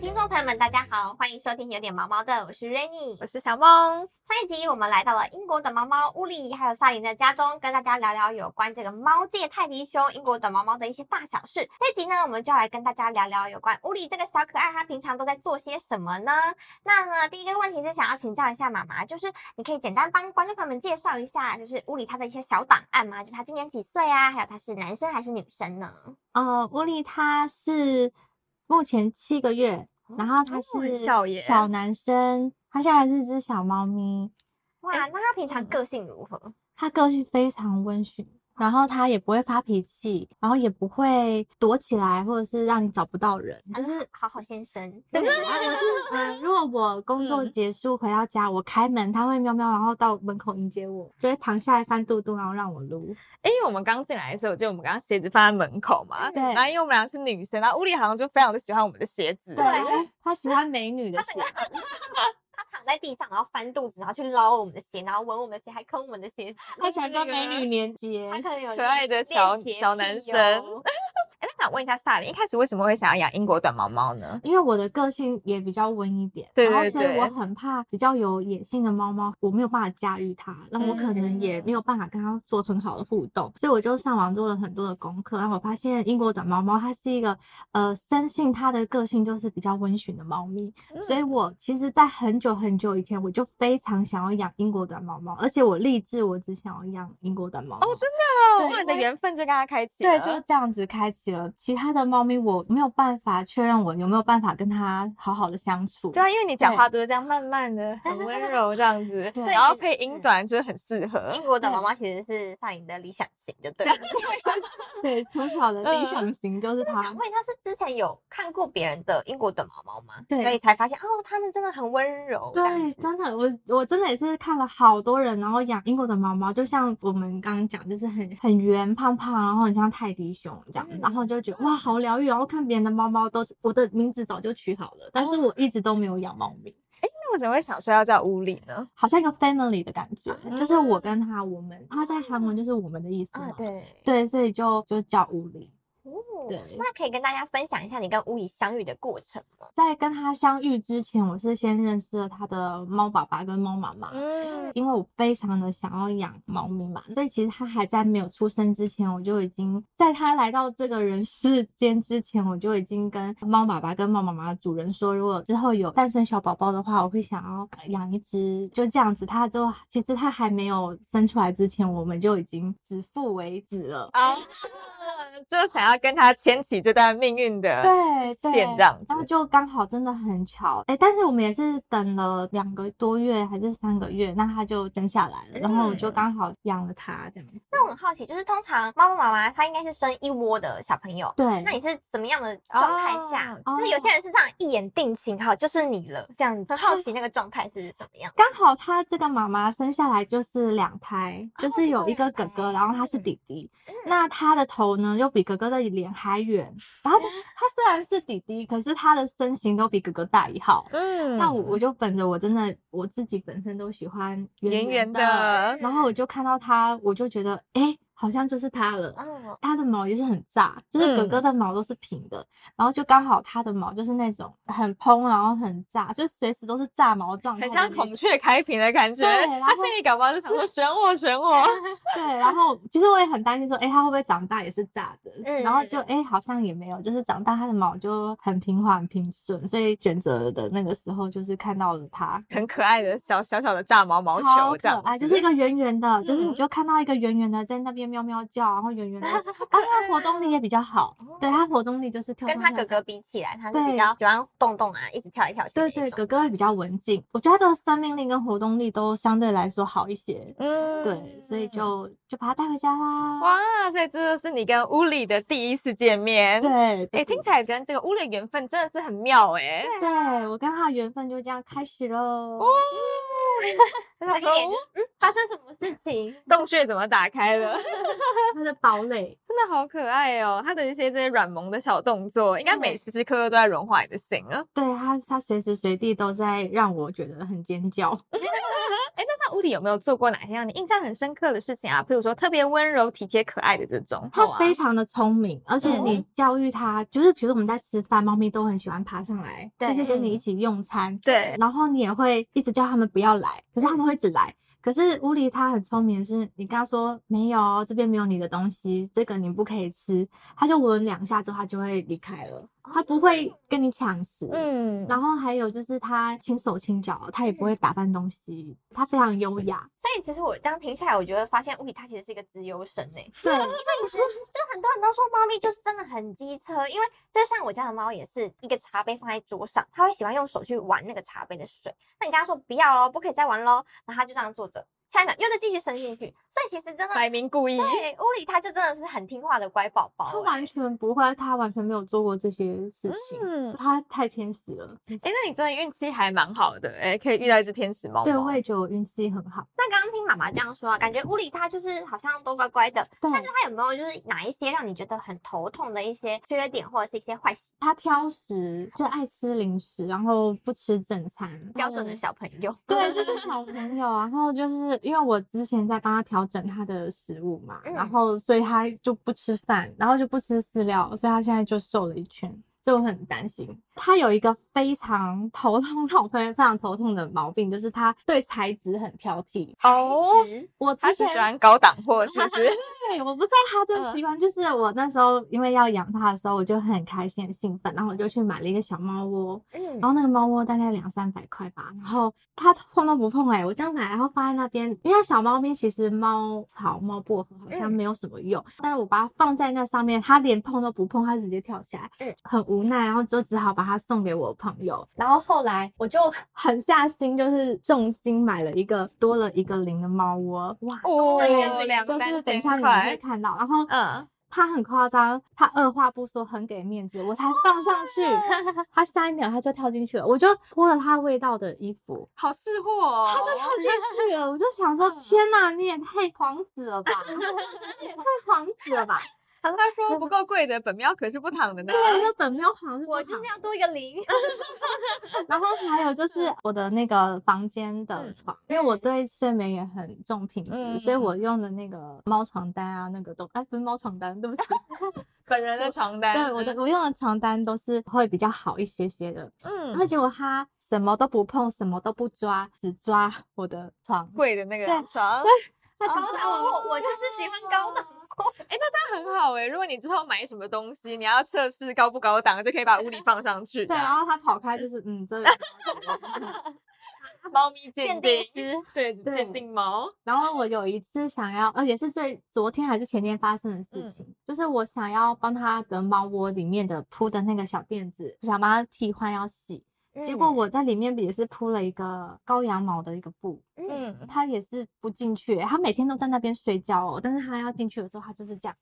听众朋友们，大家好，欢迎收听有点毛毛的，我是 Rainy。我是小梦。上一集我们来到了英国的毛猫乌里，还有萨琳的家中，跟大家聊聊有关这个猫界泰迪熊、英国短毛猫的一些大小事。这集呢，我们就要来跟大家聊聊有关乌里这个小可爱，它平常都在做些什么呢？那呢，第一个问题是想要请教一下妈妈，就是你可以简单帮观众朋友们介绍一下，就是乌里它的一些小档案吗？就是它今年几岁啊？还有它是男生还是女生呢？呃，乌力他是目前七个月，然后他哦是很小耶小男生，他现在还是只小猫咪。哇，诶那它平常嗯个性如何？他个性非常温驯，然后他也不会发脾气，然后也不会躲起来，或者是让你找不到人。就是啊好好先生，对，啊我是嗯，如果我工作嗯结束回到家，我开门，他会喵喵，然后到门口迎接我，就会躺下来翻肚肚，然后让我撸。哎，因为我们刚进来的时候，我记得我们刚刚鞋子放在门口嘛，嗯对然后因为我们俩是女生，然后屋里好像就非常的喜欢我们的鞋子，对，他喜欢美女的事。他躺在地上，然后翻肚子，然后去捞我们的鞋，然后闻我们的鞋，还抠我们的鞋，他喜欢跟美女连接他，可能有可爱的小练习小男癖生 哦。哎，那想问一下萨琳，一开始为什么会想要养英国短毛猫呢？因为我的个性也比较温一点，对然对后所以对我很怕比较有野性的猫猫，我没有办法驾驭它，那我可能也嗯没有办法跟它做很好的互动，所以我就上网做了很多的功课，然后我发现英国短毛猫它是一个呃生性它的个性就是比较温驯的猫咪，所嗯以我其实，在很久很久以前我就非常想要养英国短毛猫，而且我立志我只想要养英国短毛猫。哦，真的哦，对哇，你因的为缘分就跟他开启了，对，就这样子开启了。其他的猫咪我没有办法确认我有没有办法跟它好好的相处。对啊，因为你讲对话都是这样慢慢的、很温柔这样子， 对然后是配音短就是很适合。英国的毛 毛其实是上颖的理想型，就对了。对，从小的理嗯想型就是那它想。问一下，是之前有看过别人的英国短毛猫吗？对所以才发现哦，他们真的很温柔。这样对，子真的，我我真的也是看了好多人，然后养英国的毛毛，就像我们刚刚讲，就是很很圆胖胖，然后很像泰迪熊这嗯样，然后就觉得哇，好疗愈。然后看别人的猫猫都，我的名字早就取好了，但是哦我一直都没有养猫咪，那我怎么会想说要叫乌里呢？好像一个 family 的感觉，就是我跟它，我们，它在韩文就是我们的意思嘛。啊，对对，所以就就叫乌里。哦对那可以跟大家分享一下你跟乌里相遇的过程嗯吗？在跟他相遇之前，我是先认识了他的猫爸爸跟猫妈妈，嗯，因为我非常的想要养猫咪嘛，所以其实他还在没有出生之前，我就已经在他来到这个人世间之前，我就已经跟猫爸爸跟猫妈妈的主人说，如果之后有诞生小宝宝的话，我会想要养一只，就这样子。他之后其实他还没有生出来之前，我们就已经指腹为子了。啊，就想要跟他牵起这段命运的，对线对这样然后子就刚好真的很巧，哎、但是我们也是等了两个多月还是三个月，那他就生下来了，然后我就嗯刚好养了他这样子。那我很好奇，就是通常猫猫妈妈它应该是生一窝的小朋友，对，那你是怎么样的状态下？哦就是有些人是这样一眼定情，好，就是你了，这样很好奇那个状态是什么样。刚好他这个妈妈生下来就是两胎，哦就就是有一两个哥哥，胎然后他是嗯弟弟。那他的头呢，又比哥哥的脸还圆。然后哦他他虽然是弟弟，可是他的身形都比哥哥大一号。嗯，那我我就本着我真的我自己本身都喜欢圆圆圆的，的，然嗯后我就看到他，我就觉得哎、诶好像就是他了。哦，它的毛也是很炸，就是哥哥嗯的毛都是平的，然后就刚好它的毛就是那种很蓬，然后很炸，就随时都是炸毛状态很的那像种，孔雀开屏的感觉。对然他后心里搞不好 就想说选我选我， 对，然后其实我也很担心说，哎、它会不会长大也是炸的？嗯然后就哎、诶好像也没有，就是长大它的毛就很平滑、很平顺，所以选择的那个时候就是看到了它。很可爱的小小小的炸毛毛超球这可样子，爱，就是一个圆圆的，就是嗯你就看到一个圆圆的在那边喵喵叫，然后圆圆的， 啊，它的活动力也比较好，哦对，它活动力就是跳跟上他跳哥下哥比起来，他是比对较喜欢动动啊，一直跳来跳去的对那对，种。哥哥会比较文静，我觉得他的生命力跟活动力都相对来说好一些。嗯对，所以就就把他带回家啦。，哇，所以这就是你跟乌里的第一次见面。，对，哎，听起来跟这个乌里的缘分真的是很妙哎。来，对我跟他的缘分就这样开始喽。他他想一说脸哦就嗯，发生什么事情？ 洞穴怎么打开了？ 它的堡垒。真的好可爱哦！它的一些这些软萌的小动作，应该每时时刻刻都在融化你的心啊。对它，它随时随地都在让我觉得很尖叫。哎，那像屋里有没有做过哪些让你印象很深刻的事情啊？譬如说特别温柔、体贴、可爱的这种。它好啊非常的聪明，而且嗯你教育它，就是比如说我们在吃饭，猫咪都很喜欢爬上来，就是跟嗯你一起用餐，对，然后你也会一直叫它们不要来，可是嗯它们会一直来。可是乌里它很聪明的是，你跟它说没有，哦这边没有你的东西，这个你不可以吃，它就闻两下之后它就会离开了，它不会跟你抢食。哦嗯，然后还有就是它轻手轻脚，它也不会打翻东西，它非常优雅。所以其实我这样听下来，我觉得发现物理它其实是一个资优生欸呢、对，其实就很多人都说猫咪就是真的很机车，因为就像我家的猫也是一个茶杯放在桌上，它会喜欢用手去玩那个茶杯的水。那你跟它说不要喽，不可以再玩喽，然后它就这样坐着，下一秒又再继续伸进去。所以其实真的摆明故意。对乌里它就真的是很听话的乖宝宝欸、他完全不会，他完全没有做过这些事情，嗯他太天使了。哎，那你真的运气还蛮好的，哎，可以遇到一只天使猫对，猫。我也哦觉得我运气很好。那刚刚听妈妈这样说啊，感觉乌里它就是好像都乖乖的，对，但是它有没有就是哪一些让你觉得很头痛的一些缺点或者是一些坏习惯？他挑食，就爱吃零食，然后不吃正餐，标准的嗯。小朋友，对， 就是小朋友，然后就是因为我之前在帮他调整他的食物嘛，然嗯后所以他就不吃饭，然后就不吃饲料，所以他现在就瘦了一圈，所以我很担心。他有一个非常头痛，让我非常非常头痛的毛病，就是他对材质很挑剔。哦，直我它之前嗯是喜 欢高档货，是不是？嗯对，我不知道他这个习惯，就是我那时候因为要养它的时候，我就很开心、很兴奋，然后我就去买了一个小猫窝，嗯然后那个猫窝大概两三百块吧，然后它碰都不碰哎、我这样买，然后放在那边，因为小猫咪其实猫草、猫薄荷好像嗯没有什么用，但是我把它放在那上面，它连碰都不碰，它直接跳起来，嗯很无奈，然后就只好把它送给我朋友，然后后来我就狠下心，就是重金买了一个多了一个零的猫窝，哇，哦，对，两就三是等一千下你们会块。看到。然后，嗯，他很夸张，他二话不说，很给面子，我才放上哦去，他下一秒他就跳进去了，我就泼了他味道的衣服，好识货哦。他就跳进去了，我就想说，嗯天哪，你也太皇子了 吧，你也太皇子了吧，他说不够贵的，本喵可是不躺的呢。啊嗯对，那本没有皇是不我就是好要多一个零。然后还有就是我的那个房间的嗯床，因为我对睡眠也很重品质，嗯嗯所以嗯我用的那个猫床单啊，那个都哎不是猫床单，对不起，本人的床单。对我的我用的床单都是会比较好一些些的，然后嗯，结果他什么都不碰，什么都不抓，只抓 我的床。贵的那个对床。他只高抓档我货，哦我就是喜欢高 档货。哎、那这样很好哎、如果你之后买什么东西，你要测试高不高档，就可以把屋里放上去。对，然后他跑开就是嗯，这个猫咪鉴鉴定定师，对，对鉴定猫。然后我有一次想要，呃，也是最昨天还是前天发生的事嗯情，就是我想要帮他的猫窝里面的铺的那个小垫子，想帮他替换要洗，嗯结嗯果我在里面也是铺了一个高羊毛的一个布，嗯，嗯，他也是不进去欸，他每天都在那边睡觉哦，但是他要进去的时候，他就是这 样。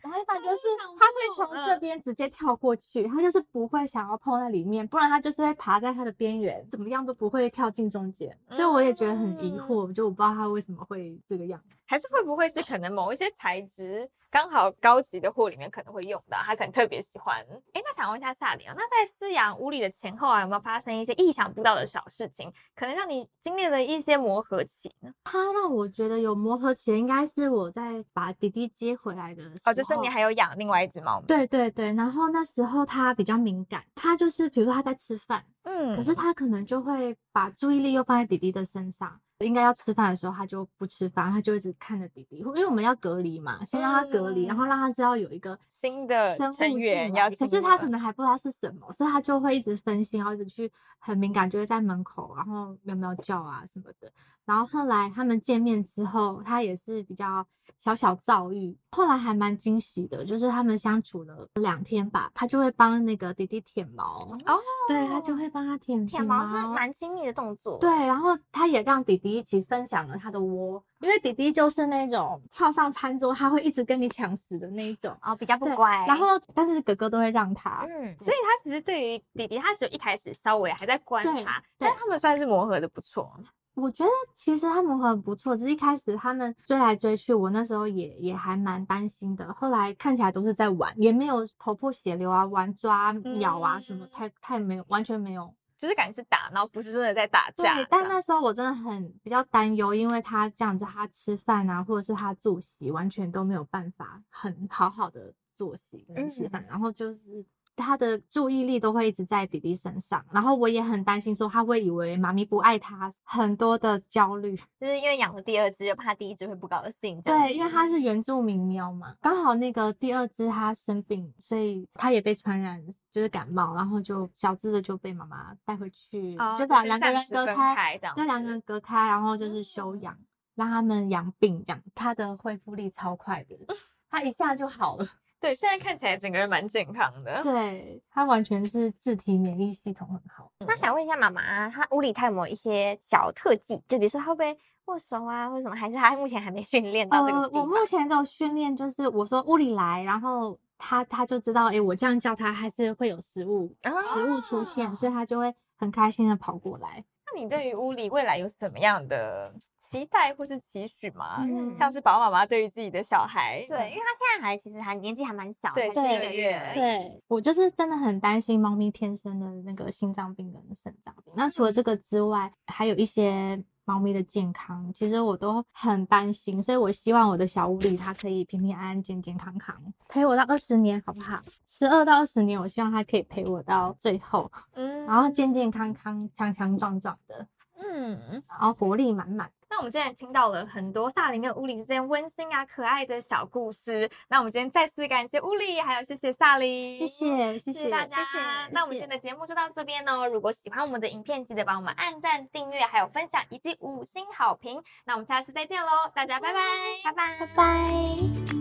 然后反正就是想他不会懂从这嗯边直接跳过去，他就是不会想要碰在里面，不然他就是会爬在它的边缘，怎么样都不会跳进中间。所以我也觉得很疑惑，就我不知道他为什么会这个样子。还是会不会是可能某一些材质刚好高级的货里面可能会用到，他可能特别喜欢。哎，那想问一下萨里啊，那在饲养屋里的前后啊，有没有发生一些意想不到的小事情，可能让你经历了一些磨合期呢？他让我觉得有磨合期，应该是我在把弟弟接回来的时候。哦，就是你还有养另外一只猫吗？，对对对，然后那时候他比较敏感，他就是比如说他在吃饭，嗯可是他可能就会把注意力又放在弟弟的身上。应该要吃饭的时候，他就不吃饭，他就一直看着弟弟，因为我们要隔离嘛，先让他隔离，然后让他知道有一个嗯新的生物成进员来要可进是他入可了能还不知道是什么，所以他就会一直分心，然后一直去很敏感，就会在门口，然后喵喵叫啊什么的。然后后来他们见面之后，他也是比较小小躁郁，后来还蛮惊喜的，就是他们相处了两天吧，他就会帮那个弟弟舔毛，哦，对他就会帮他舔舔毛是蛮亲密的动作。对，，然后他也让弟弟一起分享了他的窝，因为弟弟就是那种跳上餐桌他会一直跟你抢食的那一种，哦，比较不对乖。然，后但是哥哥都会让他，嗯，所以他其实对于弟弟，他只有一开始稍微还在观对察，对但他们算是磨合的不错。我觉得其实他们很不错，只是一开始他们追来追去，我那时候也也还蛮担心的。后来看起来都是在玩，也没有头破血流啊、玩抓、咬啊什么，嗯太太没有，完全没有。就是感觉是打闹，不是真的在打架这对样。，但那时候我真的很比较担忧，因为他这样子，他吃饭啊，或者是他作息，完全都没有办法很好好的作息跟嗯吃饭，然后就是。他的注意力都会一直在弟弟身上，然后我也很担心，说他会以为妈咪不爱他，很多的焦虑。就是因为养了第二只，就怕第一只会不高兴。这样对，因为子它是原住民喵嘛，刚好那个第二只它生病，所以它也被传染，就是感冒，然后就小只的就被妈妈带回去，哦就就把是两个暂人时隔分开，开这样对，两个子人隔开，然后就是休养，让他们养病这样，它的恢复力超快 的，它一下就好了。对，现在看起来整个人蛮健康的。对，它完全是自体免疫系统很好。那想问一下妈妈，她屋里她有没有一些小特技？就比如说她会不会握手啊，或者什么？还是她目前还没训练到这个呃，地我方？目前的训练就是我说屋里来，然后他他就知道，诶，我这样叫他还是会有食物，啊食物出现，所以他就会很开心的跑过来。那你对于屋里未来有什么样的期待或是期许啊吗？嗯像是宝宝妈妈对于自己的小孩，对，因为她现在还其实还年纪还蛮小，对才七对个月而已。对我就是真的很担心猫咪天生的那个心脏病跟肾脏病。那除嗯了这个之外，还有一些猫咪的健康，其实我都很担心，所以我希望我的小屋里它可以平平安安、健健康康，陪我到二十年，好不好？十二到二十年，我希望它可以陪我到最后。嗯然后健健康康、强强壮壮的，嗯。然后活力满满。那我们今天也听到了很多萨林跟乌里之间温馨啊、可爱的小故事。那我们今天再次感谢乌里，还有谢谢萨林，谢。谢，谢谢谢大家。谢谢那我们今天的节目就到这边哦。如果喜欢我们的影片，记得帮我们按赞、订阅，还有分享以及五星好评。那我们下次再见喽，大家拜拜，拜拜，拜拜。拜拜。